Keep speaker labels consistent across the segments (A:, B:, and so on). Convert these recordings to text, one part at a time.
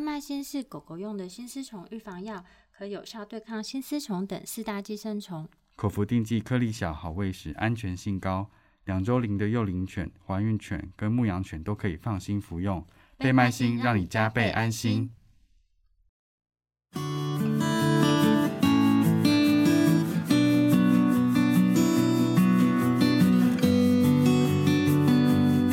A: 卖新是狗狗用的新丝虫预防药，可有效对抗新丝虫等四大寄生虫。
B: 口服定剂颗粒小，好喂食，安全性高。两周龄的幼龄犬、怀孕犬跟牧羊犬都可以放心服用。倍麦新让你加倍安心。现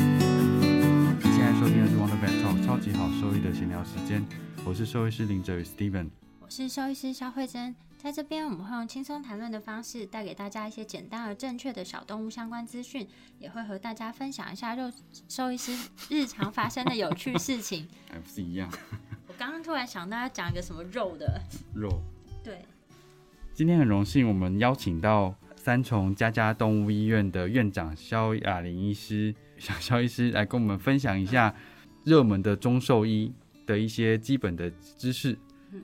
B: 在收听的是 Wonder Vet Talk 超级好兽医的闲聊时间，我是兽医师林哲宇 Steven。
A: 我是兽医师肖慧珍，在这边我们会用轻松谈论的方式，带给大家一些简单而正确的小动物相关资讯，也会和大家分享一下肉兽医师日常发生的有趣事情。
B: 哎，不是一样
A: 我刚刚突然想到要讲一个什么肉的，
B: 肉。
A: 对，
B: 今天很荣幸，我们邀请到三重家家动物医院的院长肖雅玲医师，肖肖医师来跟我们分享一下热门的中兽医的一些基本的知识。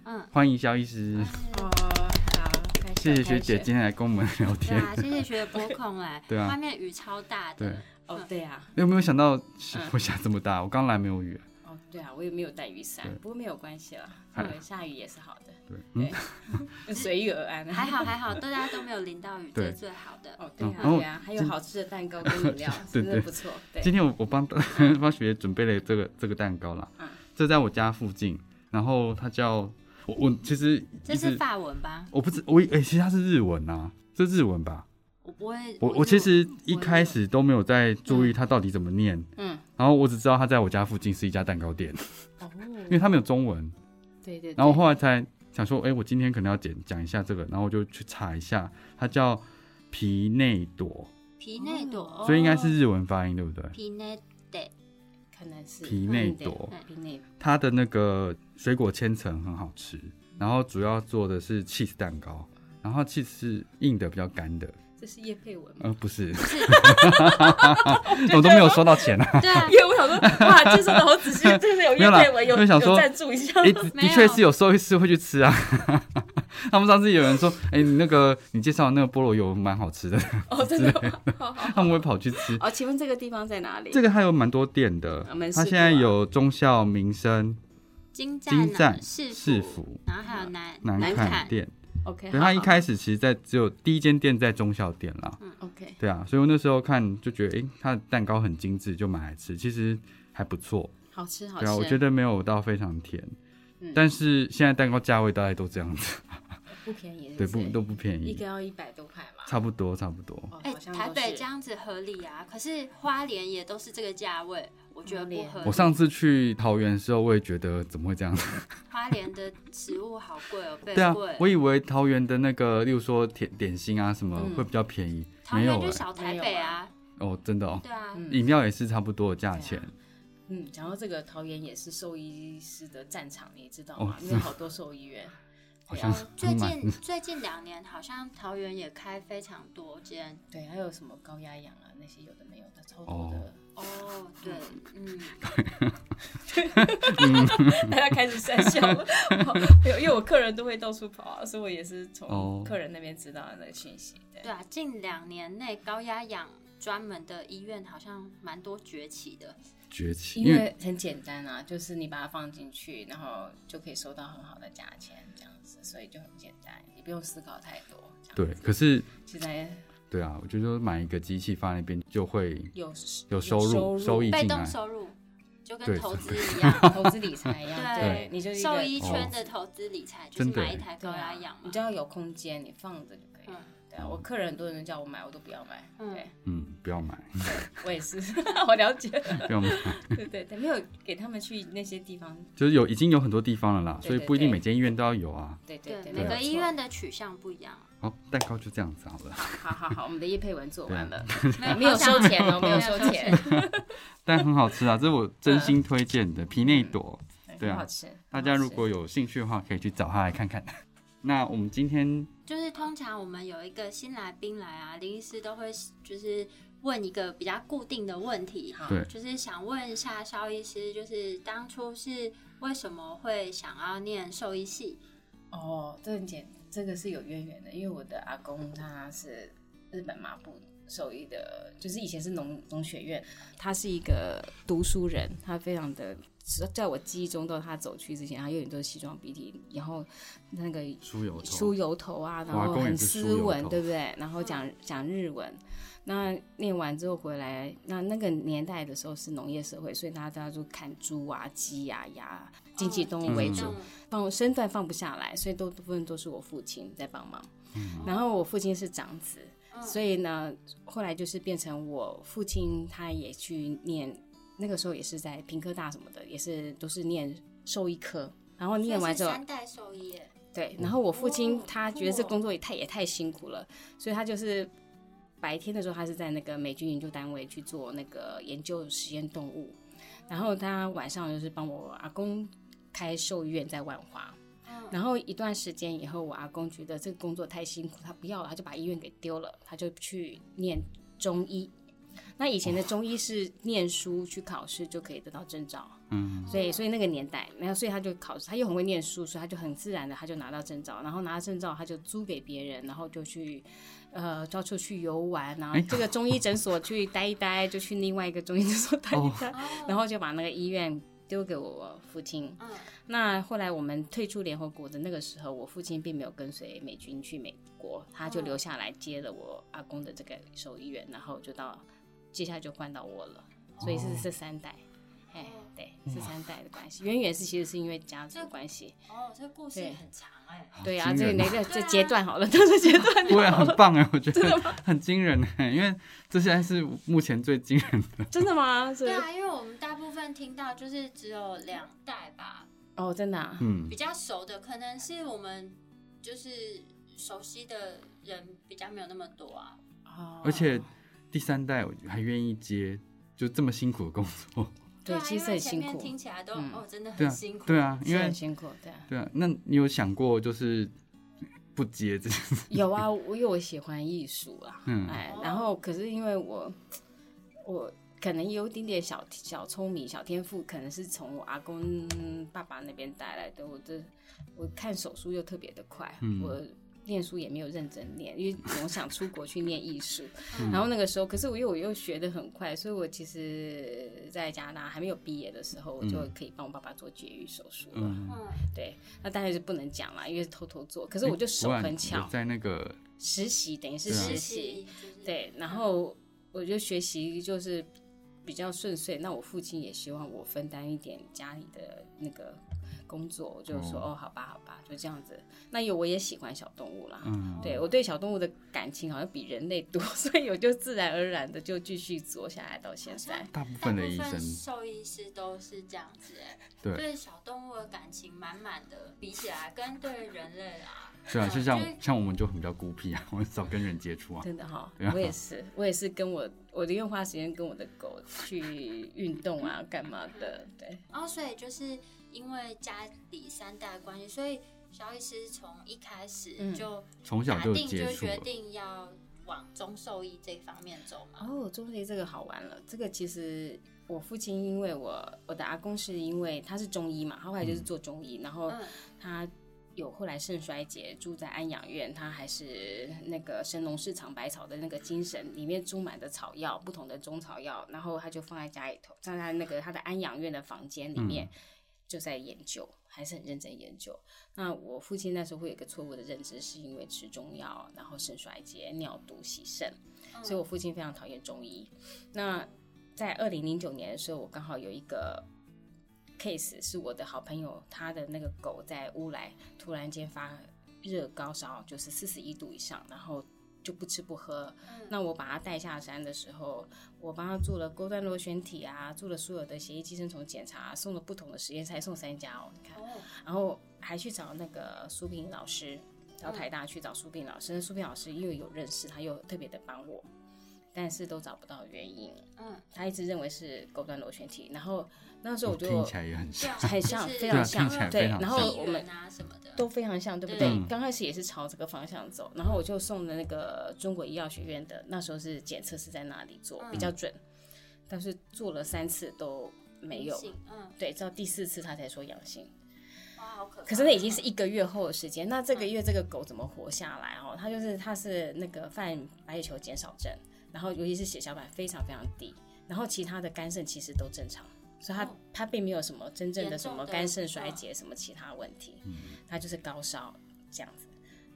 A: 嗯，
B: 欢迎肖医 师，
C: 哦，好，开始
B: 谢谢学姐
C: 开始
B: 今天来跟我们聊
A: 对
B: 天。，
A: 啊，谢谢学姐拨空来
B: 对啊
A: 哎外面雨超大
B: 对
A: 的，
C: 哦，对啊，
B: 你有没有想到会下这么
A: 嗯
B: 大？我刚来没有雨，
C: 哦，对啊，我也没有带雨伞
B: 对，
C: 不过没有关系啦，
B: 还
C: 对，下雨也是好的，
B: 对，嗯
C: 对， 随遇而安啊。
A: 还好还好，大家都没有淋到雨，这
B: 对
A: 是最好的。
C: 哦，对啊，
B: 嗯，
C: 对啊，还有好吃的蛋糕跟饮料
B: 对
C: 真的不错。对，
B: 今天我我帮 帮学姐准备了这个这个蛋糕啦
C: 嗯，
B: 这在我家附近，然后它叫我我其实
A: 这
B: 一
A: 是
B: 直
A: 法文吧？
B: 我不知我以哎、其实它是日文啊，这日文吧？
A: 我不会，
B: 我我其实一开始都没有在注意它到底怎么念，
C: 嗯，
B: 然后我只知道它在我家附近是一家蛋糕店，
C: 哦，
B: 因为它没有中文。
C: 对对，
B: 然后后来才想说，哎、我今天可能要讲讲一下这个，然后我就去查一下，它叫皮内朵，
A: 皮内朵，哦
B: 所以应该是日文发音，对不对？
A: 皮内
C: 可能是嗯
B: 皮内朵，
C: 皮内
B: 它的那个水果千层很好吃，然后主要做的是 cheese 蛋糕，然后 cheese 是硬的，比较干的，
C: 这是叶佩文吗？
B: 呃，不是，
A: 是，
B: 我都没有收到钱啊，
A: 对啊，
C: 因为我想 说，哇，介绍的好仔细，这是有
B: 没有
C: 叶
B: 啦
C: 佩文，有
B: 因为想说
C: 有赞助一下
B: 哎、。 的
A: 没
B: 的
A: 有
B: 确是有兽医师会去吃啊。 他们上次有人说，哎、你那个你介绍的那个菠萝油蛮好吃的，
C: 哦，真的吗？好好
B: 他们会跑去吃。
C: 哦，请问这个地方在哪里？
B: 这个还有蛮多店的
C: 啊门，市
B: 它现在有中校、民生、
A: 金站
B: 金
A: 呢
B: 站、
A: 市
B: 市
A: 府，
B: 府、
A: 然后还有南
B: 南
A: 南
B: 坎店。
C: OK，
B: 对，
C: 好嗯
B: 它一
C: 好
B: 开始其实在只有第一间店在中校店啦。
C: OK，
B: 对啊，所以我那时候看就觉得，哎、它的蛋糕很精致，就买来吃，其实还不错。
C: 好吃好
B: 对啊，我觉
C: 吃，
B: 得没有到非常甜，
C: 嗯
B: 但是现在蛋糕价位大概都这样子，
C: 不便宜，
B: 对，
C: 是
B: 不
C: 是
B: 都不便
C: 一
B: 宜
C: 个，要一百多块嘛。
B: 差不多差不多。
C: 哦
A: 哎、
C: 好像
A: 台
C: 都
A: 北
C: 是
A: 这样子合理啊，可是花莲也都是这个价位，我觉得不合
B: 我
A: 理。
B: 上次去桃园的时候，我也觉得怎么会这样？
A: 花莲的食物好贵哦，倍
B: 对啊
A: 贵。，
B: 我以为桃园的那个，例如说甜点心啊什么
C: 嗯
B: 会比较便宜，
A: 桃
B: 没有
A: 园
B: 哎、
A: 就小台北啊，
B: 哦，真的哦，
A: 对啊，
C: 嗯
B: 饮料也是差不多的价钱，
C: 嗯，讲到这个，桃园也是兽医师的战场，你知道
B: 哦
C: 吗？因为好多兽医院，
B: 好
C: 对
B: 像
C: 啊，
B: 是
A: 哦最
B: 蛮
A: 近最近两年好像桃园也开非常多间
C: 对，还有什么高压氧啊，那些有的没有的，超多的。
A: 哦，对，嗯，
C: 大家开始在 笑 了，我因为我客人都会到处跑啊，所以我也是
B: 哦
C: 从客人那边知道的那个讯息。对
A: 对啊，近两年内高压氧专门的医院好像蛮多崛起的，
B: 崛起，
C: 因为很简单啊，就是你把它放进去，然后就可以收到很好的价钱，这样子，所以就很简单，你不用思考太多。这样
B: 对，可是
C: 现在
B: 对啊，我觉得说买一个机器放在那边就会
C: 有
B: 有收入收益
A: 被
B: 进
A: 动
B: 来，
A: 收入就
B: 对
A: 跟投资一样，
C: 投资理财一样，
A: 对
C: 对， 你就一
A: 兽
C: 个
A: 医
B: 哦
A: 圈的投资理财就是
B: 真的
A: 买
B: 耶
A: 一台高
C: 对
A: 压
C: 啊，
A: 氧嘛
C: 你只，要有空间，你放着就可以了。对啊，我客人很多人叫我买，我都不要买。
A: 嗯
C: 对
B: 嗯，不要买，
C: 我也是， 我了解。
B: 不要买，
C: 对对对，没有给他们去那些地方。
B: 就是有已经有很多地方了啦，
C: 对
B: 所以
C: 对
B: 不一定
C: 对
B: 每间医院都要有啊。
C: 对对
A: 对，
C: 对，
A: 每
C: 没
A: 个
C: 有
A: 医
C: 错
A: 院。的取向不一样。
B: 好，蛋糕就这样子好了，
C: 好好好，我们的叶佩文做完了，
A: 没有
C: 没有收钱哦，没有收钱，
B: 但很好吃啊，这是我真心推荐的皮内朵。对啊
C: 很好吃。
B: 大家如
C: 很好
B: 果有兴趣的话，可以去找他来看看。那我们今天
A: 就是通常我们有一个新来宾来啊，林医师都会就是问一个比较固定的问题，
C: 好
B: 对
A: 就是想问一下肖医师，就是当初是为什么会想要念兽医系？
C: 吃哦，这很简，这个是有渊源的，因为我的阿公他是日本麻布。手艺的，就是以前是农农学院，他是一个读书人，他非常的在我记忆中，到他走去之前，他有点都是西装笔挺，然后那个
B: 梳油头，
C: 梳油头啊，然
B: 华
C: 后
B: 工也
C: 很
B: 是梳
C: 斯
B: 油
C: 文，
B: 头
C: 对不对？然后讲讲日文，那念完之后回来，那那个年代的时候是农业社会，所以大家都砍猪啊、鸡啊、鸭啊，经
A: 哦
C: 济动物为主，放身段放不下来，所以都大部分都是我父亲在帮忙。然后我父亲是长子，所以呢，后来就是变成我父亲他也去念，那个时候也是在平科大什么的，也是都是念兽医科。然后念完之后，
A: 三代兽医耶，
C: 对，然后我父亲
A: 哦
C: 他
A: 酷
C: 觉得这
A: 哦
C: 工作也太也太辛苦了，所以他就是白天的时候他是在那个美军研究单位去做那个研究实验动物，然后他晚上就是帮我阿公开兽医院在万华。
A: 嗯
C: 然后一段时间以后，我阿公觉得这个工作太辛苦，他不要了，他就把医院给丢了，他就去念中医。那以前的中医是念书去考试就可以得到证照，
B: 嗯，
C: 所以所以那个年代，然后所以他就考，他又很会念书，所以他就很自然的他就拿到证照，然后拿到证照他就租给别人，然后就去呃到处去游玩，然后
B: 哎
C: 这个中医诊所去待一待，就去另外一个中医诊所待一待，
A: 哦
C: 然后就把那个医院丢给我父亲。
A: 嗯
C: 那后来我们退出联合国的那个时候，我父亲并没有跟随美军去美国，他就留下来接了我阿公的这个兽医院，然后就到接下来就换到我了，所以是
B: 哦
C: 这三代。哎，
A: 哦
C: 对，是三代的关系。渊源是其实是因为家族关系，
A: 哦，这故事
C: 对
A: 很长哎，
C: 对啊，
B: 惊
C: 这
B: 人
C: 哪
B: 哦
C: 个这
A: 对啊
C: 阶段好了，到这阶段
B: 对啊，
C: 好
B: 很
C: 了，
B: 棒哎，我觉得 很惊人哎，因为这现在是目前最惊人的。
C: 真的吗？是
A: 对啊，因为我们大部分听到就是只有两代吧，
C: 哦，真的啊，
B: 嗯
A: 比，较熟的可能是我们就是熟悉的人比较没有那么多啊，
C: 哦
B: 而且第三代我还愿意接，就这么辛苦的工作。
A: 对
C: 对
A: 啊，，
C: 其实
A: 因为
C: 很
A: 前
C: 辛
A: 面
C: 苦，
A: 听起来都
C: 嗯
A: 哦，真的很
B: 对啊
A: 辛苦，，
B: 对啊，因
C: 是
B: 为
C: 很辛苦，对啊。
B: 对啊，那你有想过就是不接这件事？
C: 有啊，我因为我喜欢艺术啊，
B: 嗯
C: 哎，然后可是因为我我可能有一点点小小聪明、小天赋，可能是从我阿公爸爸那边带来的。我这我看手书又特别的快，
B: 嗯
C: 我念书也没有认真念，因为总想出国去念 艺术。
B: 嗯
C: 然后那个时候，可是我又我又学的很快，所以我其实在加拿大还没有毕业的时候，我就
B: 嗯
C: 可以帮我爸爸做绝育手术了。
B: 嗯，
A: 嗯，
C: 对，那当然是不能讲啦，因为是偷偷做。可是
B: 哎
C: 我就手
B: 不然
C: 很
B: 我
C: 巧，
B: 在那个
C: 实习等于是
B: 对啊
C: 实
A: 实
C: 习。
A: 习就是
C: 对，啊然后我觉得学习就是比较顺遂。那我父亲也希望我分担一点家里的那个工作，我就说
B: 哦
C: 哦，好吧，好吧，就这样子。那有我也喜欢小动物啦，
B: 嗯，
C: 对我对小动物的感情好像比人类多， 所以我就自然而然的就继续做下来到现在。
B: 大部
A: 大
B: 分
A: 部
B: 的医生
A: 分兽医师都是这样子哎，
B: 对
A: 对小动物的感情满满的，比起来跟对人类啊，
B: 对啊，
A: 嗯
B: 就像
A: 就是
B: 像我们就很比较孤僻啊，我很少跟人接触啊。
C: 真的哈、
B: 对啊
C: 我也是，我也是跟我我宁愿花时间跟我的狗去运动啊，干嘛的，对。
A: 然后所以就是因为家里三代关系，所以小医师从一开始
C: 嗯
A: 就
B: 从小
A: 打
B: 就有
A: 定
B: 接
A: 就
B: 触了
A: 决，定要往中兽医这方面走嘛，
C: 哦，中医这个好玩了。这个其实我父亲，因为我我的阿公是因为他是中医嘛，他后来就是做中医，然后
A: 嗯
C: 他有后来肾衰竭，住在安养院，他还是那个神农氏尝百草的那个精神，里面充满着草药，不同的中草药，然后他就放在家里头，放在那个他的安养院的房间里面，就在研究，还是很认真研究。那我父亲那时候会有一个错误的认知，是因为吃中药，然后肾衰竭、尿毒、洗肾，所以我父亲非常讨厌中医。那在二零零九年的时候，我刚好有一个 case 是我的好朋友，他的那个狗在乌来突然间发热高烧，就是四十一度以上，然后就不吃不喝。那我把它带下山的时候，我帮他做了钩段螺旋体啊，做了所有的血液寄生虫检查，送了不同的实验室，送三家哦，你看，
A: 哦，
C: 然后还去找那个苏炳老师，到台大去找苏炳老师。那苏炳老师因为有认识，他又特别的帮我，但是都找不到原因。
A: 嗯，
C: 他一直认为是钩端螺旋体，然后那时候
B: 我
C: 我就
B: 听起来也很
A: 对
B: 像
A: 啊，
C: 很像
A: 就是
C: 非常
B: 像对啊听起来非
A: 因为有地
B: 常像然
C: 后我们
A: 缘啊什么的
C: 都非常像，对不对？
B: 嗯
C: 刚开始也是朝这个方向走，然后我就送了那个中国医药学院的，那时候是检测是在那里做比较
B: 嗯
C: 准，但是做了三次都没有
A: 阴，性嗯，
C: 对，直到第四次他才说阳性。
A: 哇，好可怕，哦
C: 可是那已经是一个月后的时间，那这
A: 嗯
C: 个月这个狗怎么活下来哦？它就是它是那个犯白血球减少症，然后尤其是血小板非常非常低，然后其他的肝肾其实都正常，所以他、
A: 哦
C: 他并没有什么真正的什
A: 严
C: 么
A: 重的嗯
C: 肝肾衰竭什么其他问题，他就是高烧这样子。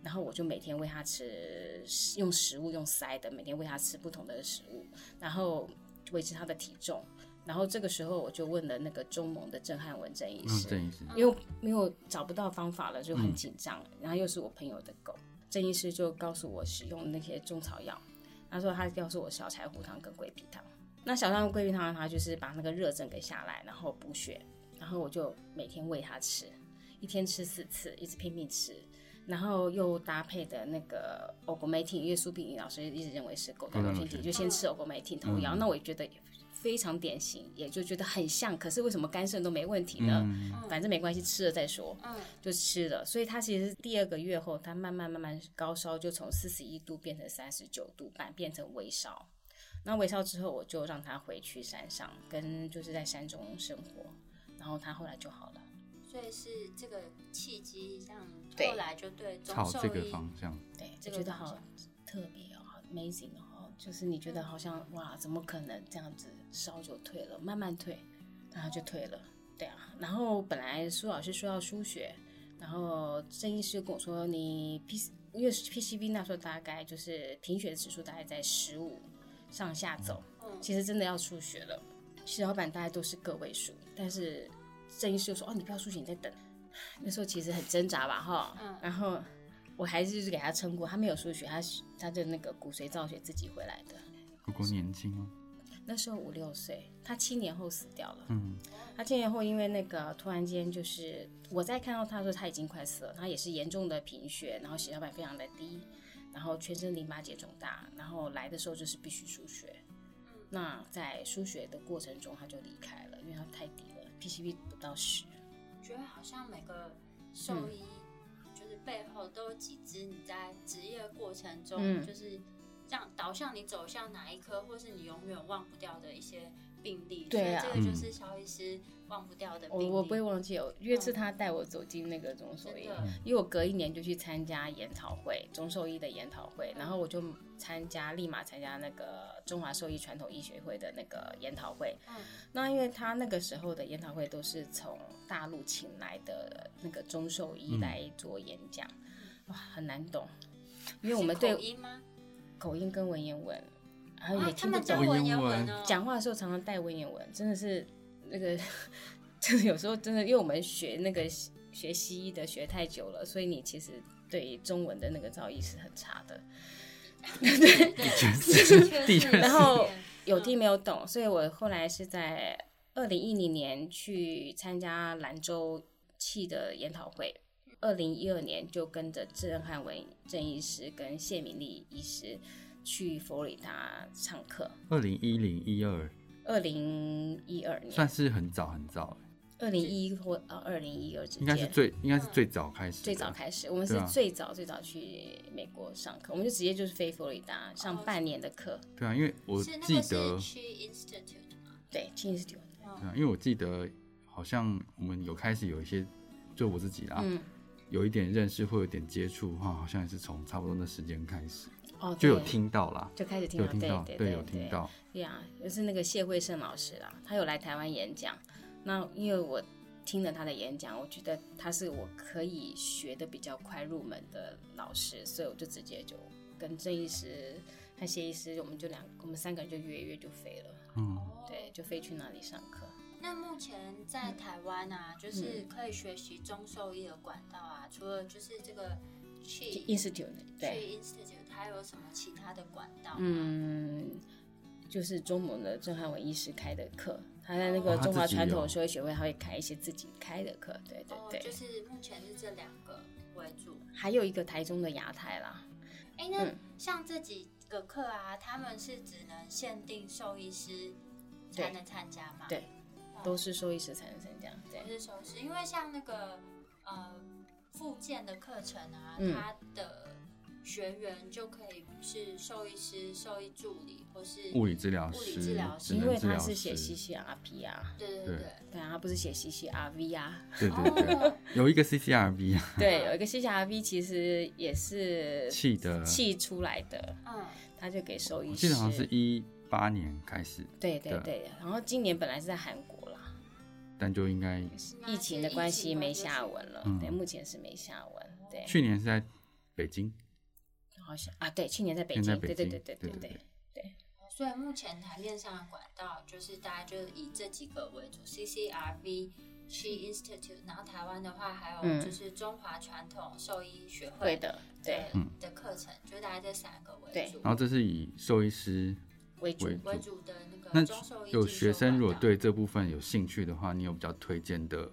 C: 然后我就每天喂他吃，用食物用塞的，每天喂他吃不同的食物，然后维持他的体重。然后这个时候我就问了那个中盟的郑汉文郑医
B: 嗯
C: 师，，
B: 郑医师，
C: 因为没有找不到方法了，就很紧张。然后又是我朋友的狗，郑医师就告诉我使用那些中草药，他说他告诉我小柴胡汤跟桂皮汤。那小柴胡桂皮汤，它就是把那个热症给下来，然后补血，然后我就每天喂它吃，一天吃四次，一直拼命吃。然后又搭配的那个 o g m e t i n 因为苏炳颖老师一直认为是狗蛋
B: 狗蛋螺
C: 螺旋体，
B: 旋
C: 就先吃 o g m e t i n 头药。那我也觉得非常典型，也就觉得很像。可是为什么肝肾都没问题呢？
B: 嗯，
C: 反正没关系，吃了再说，
A: 嗯
C: 就吃了。所以他其实是第二个月后，他慢慢慢慢高烧就从四十一度变成三十九度半，变成微烧。那微烧之后，我就让他回去山上，跟就是在山中生活，然后他后来就好了。
A: 所以是这个契机让
C: 对
A: 后来就对中
B: 朝
A: 兽
B: 这个
A: 医
B: 方向，
C: 对，
A: 这
C: 这
A: 个
C: 觉得
A: 方
C: 好特别哦，好 amazing 哦，就是你觉得好像哇，怎么可能这样子烧就退了，慢慢退，然
A: 嗯
C: 后就退了，对啊。然后本来苏老师说要输血，然后郑医师跟我说你 P，因为 PCB 那时候大概就是贫血指数大概在十五上下走，
A: 嗯
C: 其实真的要输血了。血小板大概都是个位数，但是郑医师就说哦，你不要输血，你再等。 那时候其实很挣扎吧，哈，
A: 嗯
C: 然后我还是就是给他撑过，他没有输血，他他的那个骨髓造血自己回来的。
B: 狗狗年轻哦吗？
C: 那时候五六岁，他七年后死掉了。
B: 嗯，
C: 他七年后因为那个突然间就是我在看到他的时候，他已经快死了，他也是严重的贫血，然后血小板非常的低，然后全身淋巴结肿大，然后来的时候就是必须输血。那在输血的过程中，他就离开了，因为他太低了，PCB 不到十。
A: 觉得好像每个兽
C: 嗯
A: 医就是背后都有几支你在职业过程中，
C: 嗯
A: 就是让导向你走向哪一科，或是你永远忘不掉的一些病例。
C: 对啊
A: 所以这个就是肖医师忘不掉的病
C: 我
A: 例。
C: 我不会忘记有，因为是他带我走进那个中兽
A: 嗯真
C: 医，
A: 的
C: 因为我隔一年就去参加研讨会，中兽医的研讨会，然后我就参加，立马参加那个中华兽医传统医学会的那个研讨会。
A: 嗯
C: 那因为他那个时候的研讨会都是从大陆请来的那个中兽医来做演讲，哇，很难懂，因为我们
A: 嗯是
C: 对
A: 口音吗？
C: 口音跟文言文，然后
A: 啊他
C: 也，听不
A: 们
C: 懂
A: 教
B: 我
A: 文
B: 英
A: 言
B: 文
A: 文哦，
C: 讲话的时候常常带文言文，真的是那个， 就是有时候真的，因为我们学那个西学西医的学太久了，所以你其实对中文的那个造诣是很差的，
A: 对 对，
B: 的确是
C: 然后有听
B: 嗯
C: 没有懂，所以我后来是在二零一零年去参加兰州气的研讨会。二零一二年就跟着郑汉文郑医师跟谢敏丽医师去佛罗里达上课。
B: 二零一零一二
C: 二零一二年，
B: 算是很早很早，
C: 二零一或呃二零一二之
B: 应该是
C: 间，
B: 最应该是最早开始，
C: 最早，开始，我们是
B: 对啊
C: 最早最早去美国上课，我们就直接就是飞佛罗里达上半年的课，
B: 对啊，因为我
A: 是那
B: 记
A: 个是
B: 得，
A: Chi Institute 吗？
C: 对，亲子酒，
B: 对啊，因为我记得好像我们有开始有一些，就我自己啦，
C: 嗯，
B: 有一点认识或有点接触哈，好像也是从差不多那时间开始
C: 哦，
B: 就有
C: 对，
B: 听到啦，
C: 就开始听
B: 有
C: 到，
B: 听到，
C: 对
B: 有听，到，
C: 对呀，就是那个谢慧胜老师啊，他有来台湾演讲，那因为我听了他的演讲，我觉得他是我可以学的比较快入门的老师，所以我就直接就跟郑医师和谢医师，我们就两我们三个人就约一约就飞了，
B: 嗯，
A: 哦
C: 对，就飞去那里上课。
A: 那目前
C: 嗯
A: 在台湾啊，就是可以学习中兽医的管道啊，除了就是这个去
C: Institute
A: 去
C: 对，
A: institute，还有什么其他的管道？，
C: 嗯，就是中盟的郑汉文医师开的课，他在那
A: 哦
C: 个
B: 他
C: 中华
B: 自己
C: 传
B: 有
C: 统社会学会，他会开一些自己开的课，对对
A: 哦，
C: 对，
A: 就是目前是这两个为主。
C: 还有一个台中的亚太啦，
A: 哎，那
C: 嗯
A: 像这几个课啊，他们是只能限定兽医师
C: 对
A: 才能参加吗？
C: 对
A: 哦，
C: 都是兽医师才能参加，对
A: 不，是兽医师，因为像那个呃附件的课程啊，
C: 嗯
A: 它的学员就可以是兽医师、兽医助理或是
B: 物理治疗
A: 物理
B: 师
A: 治疗，师
B: 职
C: 因
B: 能
C: 为
B: 治
C: 他
B: 疗
C: 是写
B: 师
C: CCRP 啊，
A: 对对
B: 对
A: 对。
C: 对啊，他不是写 CCRV 啊，
B: 对对 对，
A: 哦
B: 有一个 CCRB 啊，
C: 对，有一个 CCRV 其实也是
B: 气的，
C: 气出来的，
A: 嗯，
C: 他就给兽医
B: 我
C: 师，
B: 记得好像是一八年开始，
C: 对对
B: 的
C: 对，然后今年本来是在韩国啦，
B: 但就应该
C: 疫情的关系没下文了，
B: 嗯
C: 对，目前是没下文，对，
B: 去年是在北京，
C: 好像啊，对，去年在北
B: 现
C: 京，
B: 在北
C: 对对
B: 京
C: 对对
B: 对对
C: 对
B: 对，
A: 所以目前台面上的管道就是大家就以这几个为主，CCRV、She Institute，然后台湾的话还有
C: 嗯
A: 就是中华传统兽医学
C: 会
A: 会
C: 的，对，
A: 的课程，就大概这三个为
C: 对
A: 主。
B: 嗯然后这是以兽医师
C: 为主
B: 为
A: 为主的那
B: 那
A: 个中哦兽医
B: 有
A: 进修
B: 学生如果
A: 管道
B: 对这部分有兴趣的话，你有比较推荐的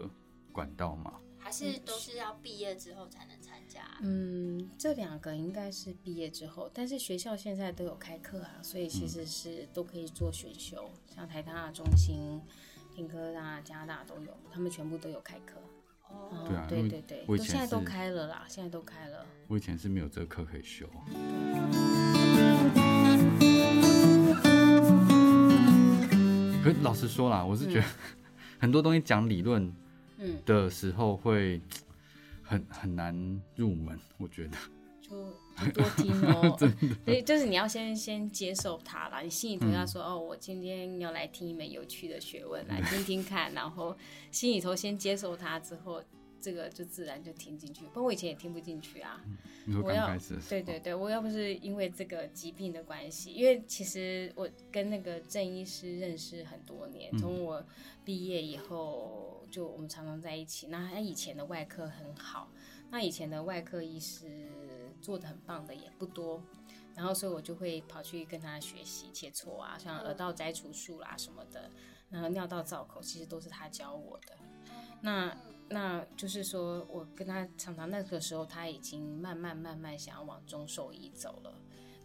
B: 管道吗？
A: 还是都是要毕业之后才能参加啊、
C: 嗯，这两个应该是毕业之后，但是学校现在都有开课啊，所以
B: 嗯
C: 其实是都可以做选修，像台大、中心、平科大、加大都有，他们全部都有开课。
A: 哦，
C: 嗯
B: 对啊因
C: 对
B: 为
C: 对对，
B: 我以
C: 都
B: 前
C: 现在都
B: 是
C: 开了啦，现在都开了。
B: 我以前是没有这个课可以修。可是老实说啦，我是觉得
A: 嗯
B: 很多东西讲理论
C: 嗯，
B: 的时候会很很难入门，我觉得。
C: 就就多听哦，所以就是你要先先接受它啦，你心里头要说、哦，我今天要来听一门有趣的学问，来听听看，然后心里头先接受它之后，这个就自然就听进去。不过我以前也听不进去啊，
B: 你说
C: 我
B: 刚
C: 要
B: 开始的时候，
C: 对对对，我要不是因为这个疾病的关系，因为其实我跟那个郑医师认识很多年，
B: 嗯
C: 从我毕业以后就我们常常在一起。那他以前的外科很好，那以前的外科医师做的很棒的也不多，然后所以我就会跑去跟他学习切磋啊，像耳道摘除术啦什么的，然后尿道造口，其实都是他教我的。那那就是说我跟他常常那个时候，他已经慢慢慢慢想要往中兽医走了，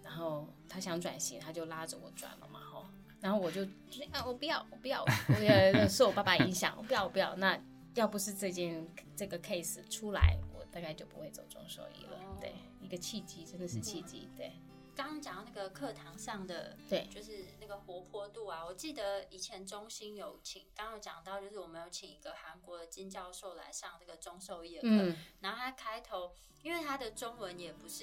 C: 然后他想转型，他就拉着我转了嘛，吼。然后我就就是啊，我不要，我不要，我也 受我爸爸影响，我不要，我不要。那要不是这件这个 case 出来，我大概就不会走中兽医了。对，一个契机，真的是契机。对，
A: 刚刚讲到那个课堂上的，
C: 对
A: 就是那个活泼度啊。我记得以前中心有请，刚刚有讲到，就是我们有请一个韩国的金教授来上这个中兽医的课，
C: 嗯，
A: 然后他开头，因为他的中文也不是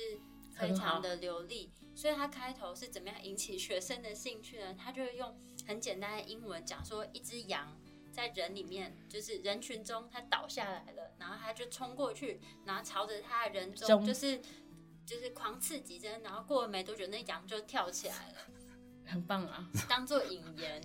A: 非
C: 很好
A: 常的流利，所以他开头是怎么样引起学生的兴趣呢？他就会用很简单的英文讲说，一只羊在人里面，就是人群中，它倒下来了，然后他就冲过去，然后朝着他的人中，
C: 中
A: 就是就是狂刺几针，然后过了没多久，那羊就跳起来了。
C: 很棒啊。
A: 当做引言，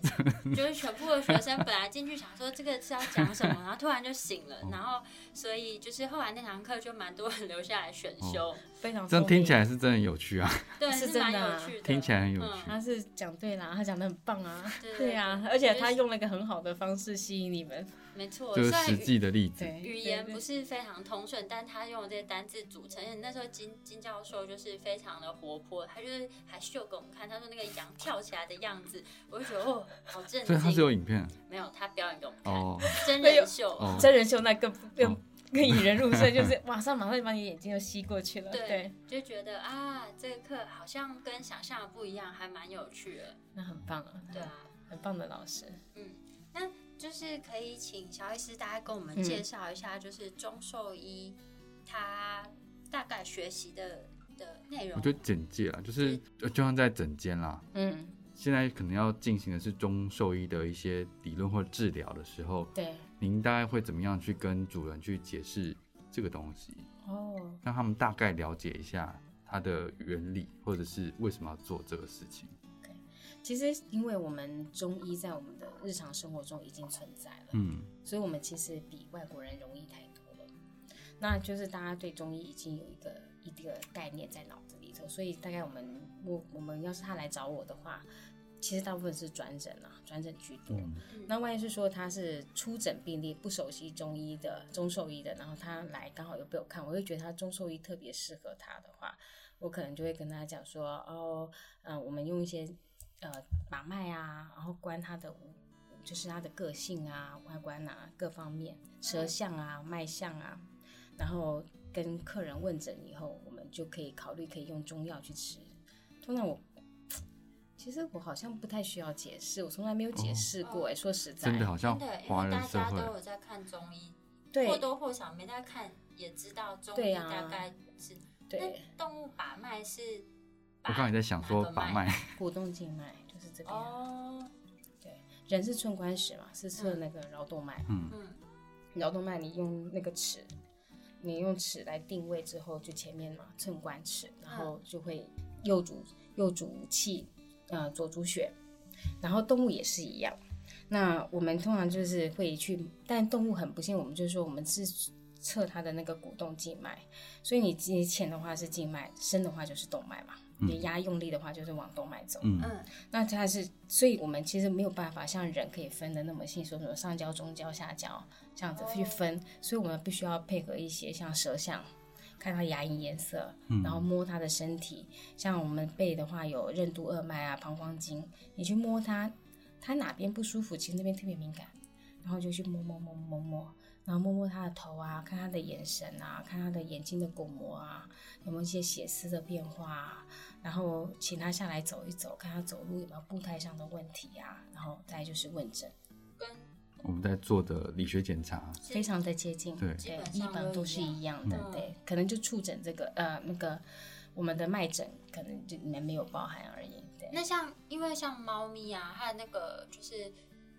A: 就是全部的学生本来进去想说这个是要讲 什么，然后突然就醒
B: 哦
A: 了，然后所以就是后来那堂课就蛮多人留下来选
B: 哦
A: 修，
C: 非常
B: 这样
C: 聪
B: 听
C: 明
B: 起来是真的有趣啊，
A: 对，
C: 是
A: 是蛮
C: 真的
A: 有
C: 啊
A: 趣的，
B: 听起来很有
A: 嗯
B: 趣。
C: 他是讲对啦，他讲的很棒啊，
A: 对
C: 对啊，而且他用了一个很好的方式吸引你们，
A: 没错，
B: 就
A: 虽
B: 是
A: 然
B: 实
A: 语
B: 际的例子，
C: 对，
A: 语言不
C: 是
A: 是非常通顺，但他用这些单字组成。而且那时候金金教授就是非常的活泼，他就是还秀给我们看，他说那个羊跳起来的样子，我就觉得哦，好震
B: 所以它是
A: 惊。
B: 有影片
A: 没有，他表演给我们看，
B: 哦。
A: 真
C: 没有
A: 人秀。
B: 哦
C: 真人秀那更更、
B: 哦
C: 更引人入胜，就是马上马上就把你眼睛就吸过去了，
A: 对
C: 对，
A: 就觉得啊，这个课好像跟想象的不一样，还蛮有趣的。
C: 那很棒啊，
A: 对啊，
C: 很棒的老师。
A: 那就是可以请小医师大概跟我
C: 嗯
A: 们介绍一下，就是中兽医他大概学习的的内容
B: 我。觉得简介啊，就是就就像在整间啦，
C: 嗯，
B: 现在可能要进行的是中兽医的一些理论或治疗的时候，
C: 对，
B: 您大概会怎么样去跟主人去解释这个东西，
C: 哦，
B: 让他们大概了解一下它的原理，或者是为什么要做这个事情。
C: 其实因为我们中医在我们的日常生活中已经存在了，
B: 嗯，
C: 所以我们其实比外国人容易太多了。那就是大家对中医已经有一个一个概念在脑子里头，所以大概我们我我们要是他来找我的话，其实大部分是转诊啊，转诊居多。那万一是说他是初诊病例，不熟悉中医的中兽医的，然后他来刚好又被我看，我会觉得他中兽医特别适合他的话，我可能就会跟他讲说，哦，呃，我们用一些呃把脉啊，然后观他的五就是他的个性啊、外观啊各方面，舌象啊、脉象啊，然后跟客人问诊以后，我们就可以考虑可以用中药去吃。通常我其实我好像不太需要解释，我从来没有解释过、哎、说实在，
B: 哦真的好像
A: 真的，因
B: 华
A: 为
B: 人
A: 大
B: 社
A: 家
B: 会
A: 都有在看中医，
C: 对
A: 或多或少没在看，也知道中医
C: 对啊
A: 大概是。
C: 对，
A: 那动物把脉是把？
B: 我刚才在想说
A: 哪个
B: 把
A: 脉
B: 脉，
C: 股动静脉就是这边啊、
A: 哦，
C: 对，人是寸关石嘛，是测那个桡动脉，
B: 嗯
C: 桡动脉你用那个尺，你用尺来定位之后，就前面嘛寸关尺，然后就会右主右主气，呃左主血，然后动物也是一样。那我们通常就是会去，但动物很不幸，我们就是说我们是测它的那个股动静脉，所以你你浅的话是静脉，深的话就是动脉嘛。你压用力的话就是往动脉走，
B: 嗯
A: 嗯
C: 那它是，所以我们其实没有办法像人可以分的那么细，说什么上焦、中焦、下焦这样子去分，所以我们必须要配合一些像舌象，看它牙龈颜色，然后摸它的身体。像我们背的话有任督二脉啊、膀胱经，你去摸它，它哪边不舒服，其实那边特别敏感，然后就去摸摸摸摸摸。然后摸摸它的头啊，看它的眼神啊，看它的眼睛的巩膜啊，有没有一些血丝的变化啊，然后请他下来走一走，看他走路有没有步态上的问题啊，然后再就是问诊，
B: 我们在做的理学检查，
C: 非常的接近，
B: 对
A: 基
C: 对
A: 本，上
C: 一般都是一样的，
A: 嗯
C: 对，可能就触诊这个呃那个我们的脉诊可能就你们没有包含而已，对，
A: 那像因为像猫咪啊，它的那个就是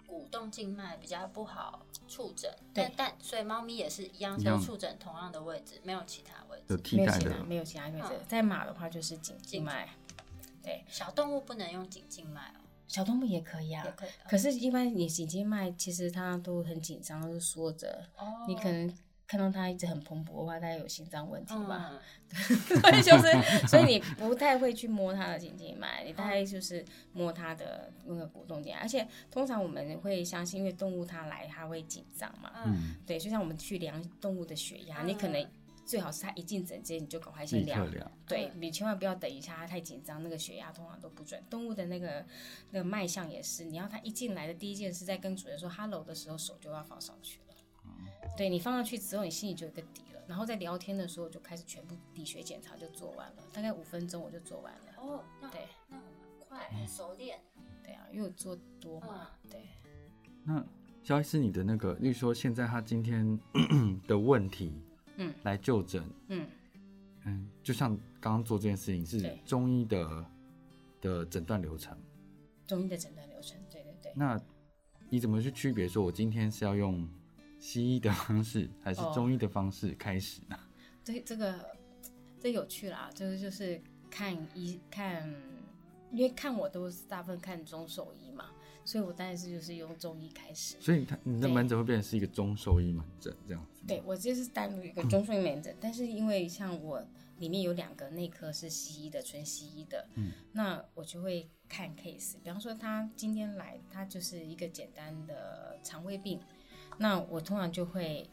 A: 股动静脉比较不好触诊，
C: 对
A: 但但所以猫咪也是一样，
B: 一
A: 就
B: 样
A: 触诊同样的位置，没有其他位
B: 有
A: 置。
B: 替代
C: 没有其
B: 的
C: 他，没有其他原则，
A: 嗯
C: 在马的话就是颈静脉，
A: 小动物不能用颈静脉哦，
C: 小动物也可以
A: 也
C: 啊。
A: 可以。
C: 可是，一般你颈静脉其实它都很紧张，都是缩着。
A: 哦
C: 你可能看到它一直很蓬勃的话，它有心脏问题吧？
A: 嗯，
C: 对，就是，所以 你不太会去摸它的颈静脉，你大概就是摸它的那个股动静脉。而且通常我们会相信，因为动物它来，它会紧张嘛，
A: 嗯
B: 嗯，
C: 对，就像我们去量动物的血压，
A: 嗯
C: 你可能最好是它一进诊间你就赶快
B: 立
C: 先
B: 刻
C: 量，
B: 量，
C: 对你千万不要等一下它太紧张，那个血压通常都不准。动物的那个那个脉象也是，你要它一进来的第一件事，在跟主人说 “hello” 的时候，手就要放上去了。对你放上去之后，你心里就有一个底了。然后在聊天的时候，就开始全部理学检查就做完了，大概五分钟我就做完了。
A: 哦，那
C: 对嗯
A: 那我们快很熟练，嗯
C: 对啊，因为我做多嘛，对。
B: 那肖医师，你的那个，例如说现在他今天 的问题，
C: 嗯，
B: 来就诊，
C: 嗯，
B: 嗯，就像刚刚做这件事情是
C: 对
B: 中医的的诊断流程，
C: 中医的诊断流程，对对对。
B: 那你怎么去区别说我今天是要用西医的方式还是
C: 哦
B: 中医的方式开始呢？
C: 对这个这有趣啦，就是就是看医看，因为看我都是大部分看中兽医嘛，所以我当然是就是用中医开始。
B: 所以他你的
C: 对
B: 门诊会变成是一个中兽医门诊这样子，
C: 对我就是单独一个中顺门诊，但是因为像我里面有两个内科是西医的，纯西医的，嗯，那我就会看 case，比方说他今天来，他就是一个简单的肠胃病，那我通常就会。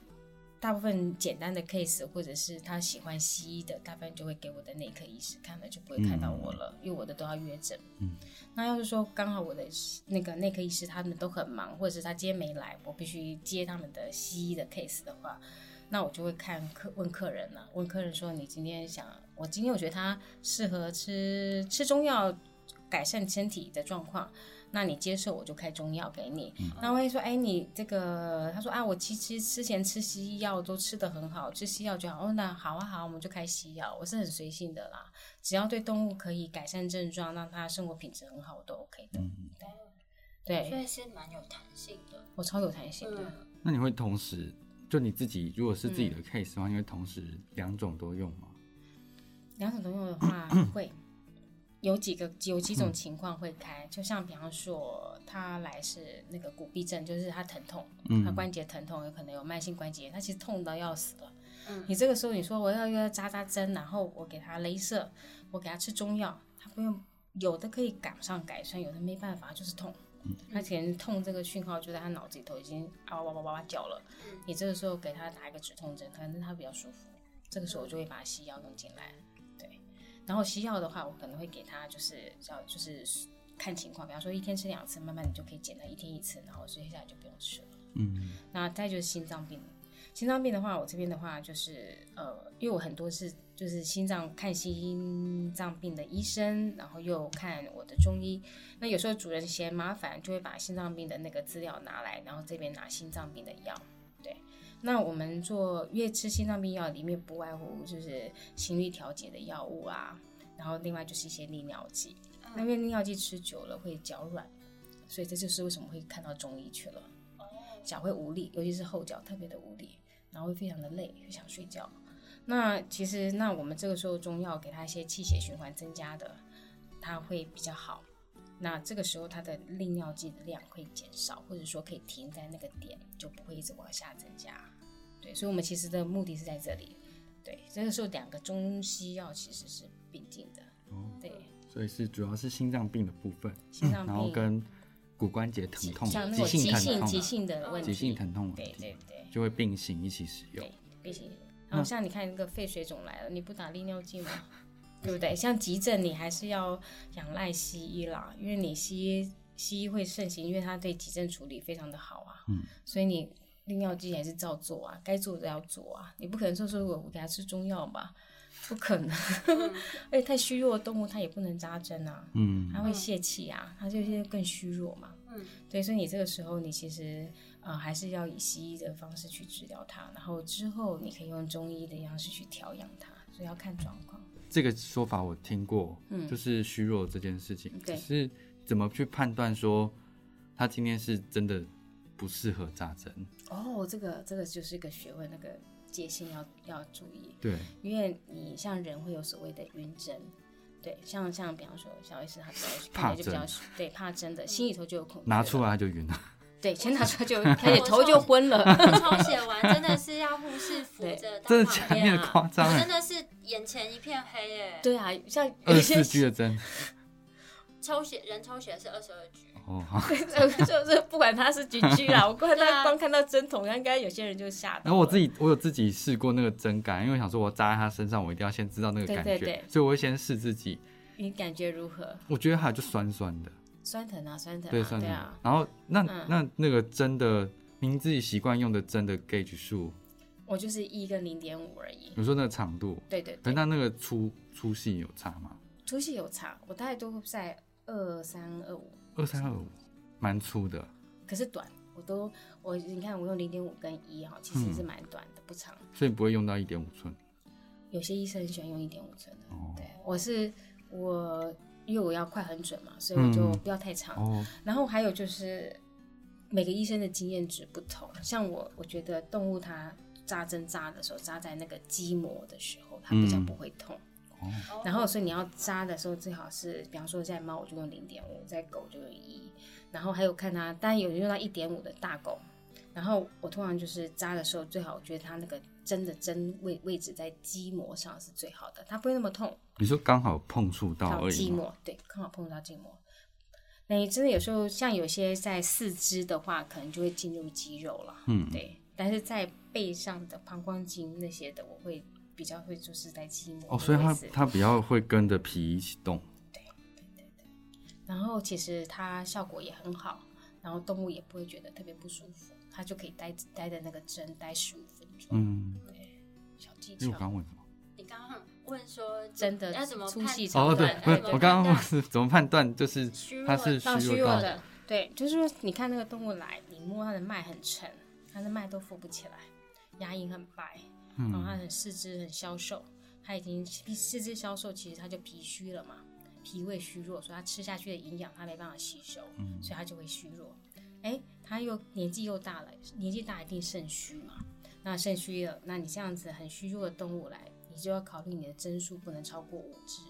C: 大部分简单的 case，或者是他喜欢西医的，大部分就会给我的内科医师看了，就不会看到我了，因为我的都要约诊。
B: 嗯，
C: 那要是说刚好我的那个内科医师他们都很忙，或者是他今天没来，我必须接他们的西医的 case 的话，那我就会看客问客人了、问客人说你今天想，我今天我觉得他适合吃吃中药改善身体的状况，那你接受我就开中药给你。那万一说，哎，你这个，他说啊，我其实之前吃西药都吃的很好，吃西药就好。哦，那好啊好啊，我们就开西药，我是很随性的啦，只要对动物可以改善症状，让它生活品质很好，我都 OK 的。对，
A: 所
C: 对
A: 以是蛮有弹性的。
C: 我超有弹性的。
A: 嗯，
B: 那你会同时就你自己如果是自己的
C: 嗯
B: case 的话，你会同时两种都用吗？
C: 两种都用的话会有几个有几种情况会开，就像比方说他来是那个骨痹症，就是他疼痛，
B: 嗯
C: 他关节疼痛，有可能有慢性关节炎，他其实痛到要死了。
A: 嗯
C: 你这个时候你说我要要扎扎针，然后我给他镭射，我给他吃中药，他不用，有的可以赶上改善，有的没办法，就是痛。他可能痛这个讯号就在他脑子里头已经啊哇哇哇哇叫了，你这个时候给他打一个止痛针，可能他比较舒服，这个时候我就会把西药弄进来，对。然后西药的话，我可能会给他就是叫就是看情况，比方说一天吃两次，慢慢你就可以减到一天一次，然后接下来就不用吃了。
B: 嗯，
C: 那再就是心脏病，心脏病的话，我这边的话就是呃，因为我很多是就是心脏看心脏病的医生，然后又看我的中医。那有时候主人嫌麻烦，就会把心脏病的那个资料拿来，然后这边拿心脏病的药。对，那我们做越吃心脏病药，里面不外乎就是心率调节的药物啊，然后另外就是一些利尿剂。那因为利尿剂吃久了会脚软，所以这就是为什么会看到中医去了。脚会无力，尤其是后脚特别的无力，然后会非常的累，会想睡觉。那其实那我们这个时候中药给他一些气血循环增加的，它会比较好。那这个时候它的利尿剂的量会减少，或者说可以停在那个点，就不会一直往下增加。对，所以我们其实的目的是在这里。对，这个时候两个中西药其实是并进的。对，
B: 所以是主要是心脏病的部分，
C: 心脏
B: 嗯然后
C: 病
B: 跟骨关节疼痛、
C: 像那种
B: 急
C: 急
B: 性疼
C: 性
B: 痛、啊
C: 急性的问题，
B: 急性疼痛的问
C: 对
B: 题
C: 对对。
B: 就会并行一起使用。
C: 毕竟，然后像你看那个肺水肿来了，你不打利尿剂吗？ 对不对？像急症，你还是要仰赖西医啦，因为你西医西医会盛行，因为它对急症处理非常的好啊。嗯，所以你利尿剂还是照做啊，该做的要做啊，你不可能说说我我给他吃中药吧，不可能。 而且太虚弱的动物它也不能扎针啊，
B: 嗯，
C: 它会泄气啊，它就是更虚弱嘛。
A: 嗯，
C: 对，所以你这个时候你其实呃还是要以西医的方式去治疗它，然后之后你可以用中医的样式去调养它，所以要看状况。
B: 这个说法我听过，
C: 嗯
B: 就是虚弱这件事情，
C: 对
B: 只是怎么去判断说他今天是真的不适合扎针？
C: 哦，这个这个就是一个学问，那个界限要要注意，
B: 对，
C: 因为你像人会有所谓的晕针。对，像像比方说小医师他比较
B: 怕
C: 本来就比
B: 针
C: 较对怕针的，心里头就有恐惧，
B: 拿出，来就晕了。
C: 对，先拿 出来就开始头就昏了，
A: 抽血完真的是要护士扶着到旁
B: 对真的假的
A: 边
B: 你很夸
A: 啊，
B: 张欸
A: 我真的是眼前一片黑耶。
C: 对啊，像
B: 二
C: 有
B: 十
C: 些
B: 四 G 的针，
A: 抽血人抽血是二十二局，
B: 哦，好。
C: 呃就是不管他是几居 啦，我光
A: 对啊
C: 他光看到针筒，应该有些人就吓到了。
B: 然后我自己，我有自己试过那个针感，因为我想说我扎在他身上，我一定要先知道那个
C: 对
B: 感觉，
C: 对对
B: 所以我会先试自己。
C: 你感觉如何？
B: 我觉得它就酸酸的，
C: 酸疼啊，酸疼啊，
B: 对，酸
C: 对
B: 疼。
C: 啊。
B: 然后那、
C: 嗯
B: 那那个针的，您自己习惯用的针的 gauge 数，
C: 我就是一跟零点五而已。
B: 你说那个长度，
C: 对
B: 嗯
C: 对
B: 可是
C: 对，
B: 它那个粗粗细有差吗？
C: 粗细有差，我大概都在二三二五，
B: 二三二五，蛮粗的。
C: 可是短，我都我你看我用零点五跟一哈，其实是蛮短的，不长。
B: 所以不会用到一点五寸。
C: 有些医生很喜欢用一点五寸的，
B: 哦
C: 对我是我因为我要快很准嘛，所以我就
B: 嗯
C: 不要太长。
B: 哦，
C: 然后还有就是每个医生的经验值不同，像我，我觉得动物它扎针扎的时候，扎在那个肌膜的时候，它比较
B: 嗯
C: 不会痛。
A: 哦
C: 然后所以你要扎的时候，最好是，比方说在猫我就用零点五，在狗就用一，然后还有看它，当然有用到一点五的大狗。然后我通常就是扎的时候，最好我觉得它那个针的针位位置在肌膜上是最好的，它不会那么痛。
B: 你说刚好碰触到
C: 到
B: 而已
C: 寂
B: 吗。
C: 寞，对，刚好碰到寂寞。那你真的有时候像有些在四肢的话，可能就会进入肌肉了，
B: 嗯
C: 对。但是在背上的膀胱经那些的，我会比较会就是在筋膜
B: 哦，所以
C: 的
B: 它
C: 位置
B: 它比较会跟着皮一起动。
C: 然后其实它效果也很好，然后动物也不会觉得特别不舒服，它就可以待待在那个针待十五分钟，
B: 嗯，
C: 小技
B: 因为我
C: 巧。
B: 刚问什么？
A: 你刚刚问说
C: 真的
A: 要怎么
C: 粗细
A: 判
C: 长
B: 哦，
A: 断？
B: 对
C: 哎，
B: 不是
A: 要怎么
B: 我刚
A: 判
B: 刚问
A: 断
B: 是怎么判断，就是
A: 虚弱
B: 它是
C: 到
B: 虚
C: 哦虚
B: 弱
C: 弱
B: 到
C: 的，对，就是说你看那个动物来，你摸它的脉很沉，它的脉都浮不起来，牙龈很白，然后它很四肢很消瘦，它已经四肢消瘦，其实它就脾虚了嘛，脾胃虚弱，所以它吃下去的营养它没办法吸收，所以它就会虚弱。哎，它又年纪又大了，年纪大一定肾虚嘛，那肾虚了，那你这样子很虚弱的动物来，你就要考虑你的针数不能超过五支。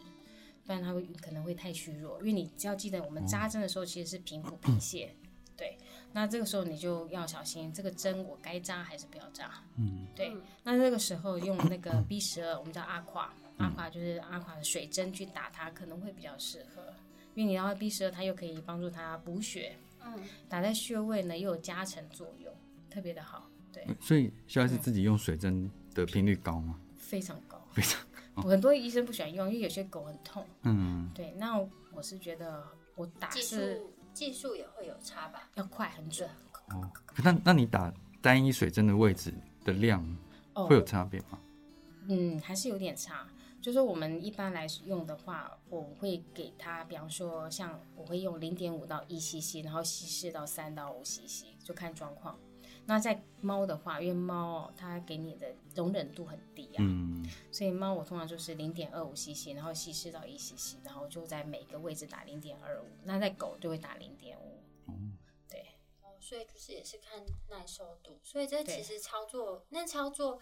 C: 不然它会可能会太虚弱，因为你只要记得我们扎针的时候其实是平腹平泻，对，那这个时候你就要小心，这个针我该扎还是不要扎，嗯，对，那这个时候用那个 B 十二，我们叫阿垮，阿垮就是阿垮的水针去打它，可能会比较适合，因为你要 B 十二，它又可以帮助它补血，
A: 嗯，
C: 打在穴位呢又有加成作用，特别的好，对，
B: 所以需要是自己用水针的频率高吗？
C: 非常高，
B: 非常
C: 很多医生不喜欢用，因为有些狗很痛，
B: 嗯，
C: 对，那我是觉得我打
A: 技
C: 是。
A: 术技术也会有差吧？
C: 要快很准
B: 哦，可那那你打单一水针的位置的量
C: 哦
B: 会有差别吗？
C: 嗯，还是有点差。就是我们一般来用的话，我会给它，比方说像我会用零点五到一 cc，然后稀释到三到五 cc，就看状况。那在猫的话，因为猫哦它给你的容忍度很低啊，
B: 嗯，
C: 所以猫我通常就是零点二五 cc，然后稀释到一 cc，然后就在每个位置打零点二五。那在狗就会打零点五，
A: 哦所以就是也是看耐受度。所以这
C: 对
A: 其实操作，那操作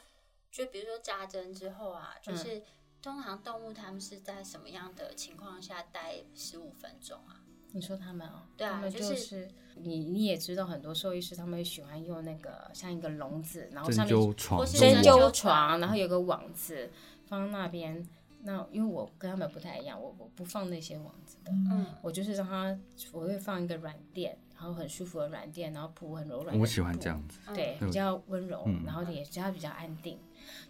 A: 就比如说扎针之后啊，就是、
C: 嗯
A: 通常动物它们是在什么样的情况下待十五分钟啊？
C: 你说他们哦，
A: 对啊
C: 他们
A: 就
C: 就是你你也知道，很多兽医师他们喜欢用那个像一个笼子，然后上
B: 针
C: 面
B: 灸啊床
A: 或是
C: 针
A: 针灸
B: 用
C: 灸
A: 床
C: 床，然后有个网子放那边。那因为我跟他们不太一样，我我不放那些网子的，
A: 嗯，
C: 我就是让它，我会放一个软垫，然后很舒服的软垫，然后铺很柔软。
B: 我喜欢这。样子，
C: 对，
B: 嗯
C: 比较温柔，
B: 嗯
C: 然后也比较比较安定，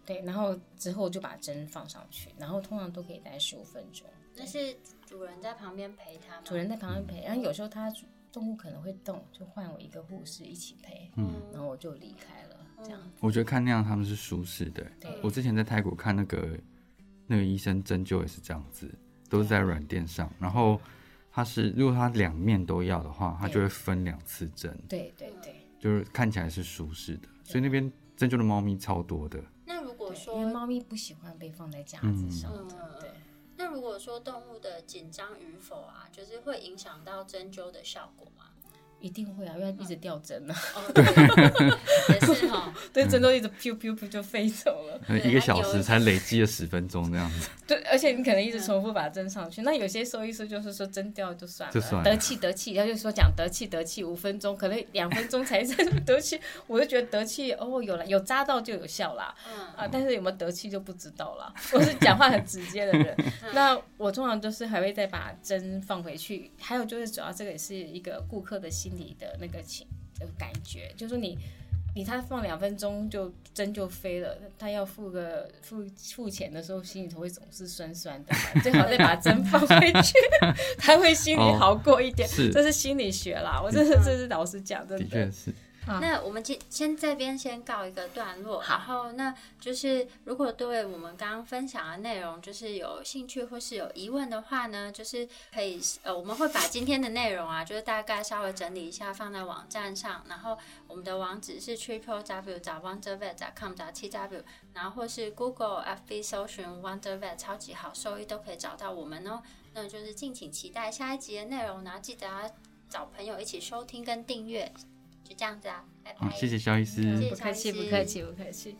C: 对，然后之后就把针放上去，然后通常都可以待十五分钟，
A: 那是主人在旁边陪它吗？
C: 主人在旁边陪，然后有时候它动物可能会动，就换我一个护士一起陪，
A: 嗯，
C: 然后我就离开了，这样，
B: 我觉得看那样他们是舒适的、欸
C: 对
B: 我之前在泰国看那个那个医生针灸也是这样子，都是在软垫上，然后他是如果他两面都要的话，他就会分两次针，
C: 对对对，
B: 就是看起来是舒适的，所以那边针灸的猫咪超多的，
A: 那如果
C: 对
A: 说
C: 因为猫咪不喜欢被放在架子上
A: 嗯
C: 的，对，
A: 那如果说动物的紧张与否啊，就是会影响到针灸的效果吗？
C: 一定会啊，因为它一直掉针啊，
A: 哦，对， 也是哦哈。
C: 对，针都一直 pew pew pew 就飞走了。
B: 呃
A: 对
B: 一个小时才累积了十分钟这样子，
C: 对，而且你可能一直重复把针上去。那有些兽医师就是说针掉就算了，
B: 就算了
C: 得气得气，他就说讲得气得气，五分钟可能两分钟才得气， 我就觉得得气哦有了有扎到就有效啦，啊，但是有没有得气就不知道啦。我是讲话很直接的人，
A: 嗯
C: 那我通常就是还会再把针放回去。还有就是主要这个也是一个顾客的心理的那个情的感觉，就是你。你他放两分钟就针就飞了，他要付个 付付钱的时候，心里头会总是酸酸的嘛，最好再把针放回 去，他会心里好过一点。
B: 哦是
C: 这是心理学啦，我这是这是老师讲真
B: 的
C: 的
B: 确。是。
A: 那我们今先这边先告一个段落，然后那就是如果对我们刚刚分享的内容就是有兴趣或是有疑问的话呢，就是可以呃，我们会把今天的内容啊，就是大概稍微整理一下放在网站上，然后我们的网址是 triple w 找 wonder vet 找 com 找 t w，然后或是 Google FB 搜寻 wonder vet 超级好兽医都可以找到我们哦。那就是敬请期待下一集的内容，然后记得要找朋友一起收听跟订阅，就这样子啊，拜拜。
B: 嗯好，谢谢肖医师。
A: 谢谢
C: 不客气，
A: 小
C: 嗯不
A: 医师
C: 客气，不客气。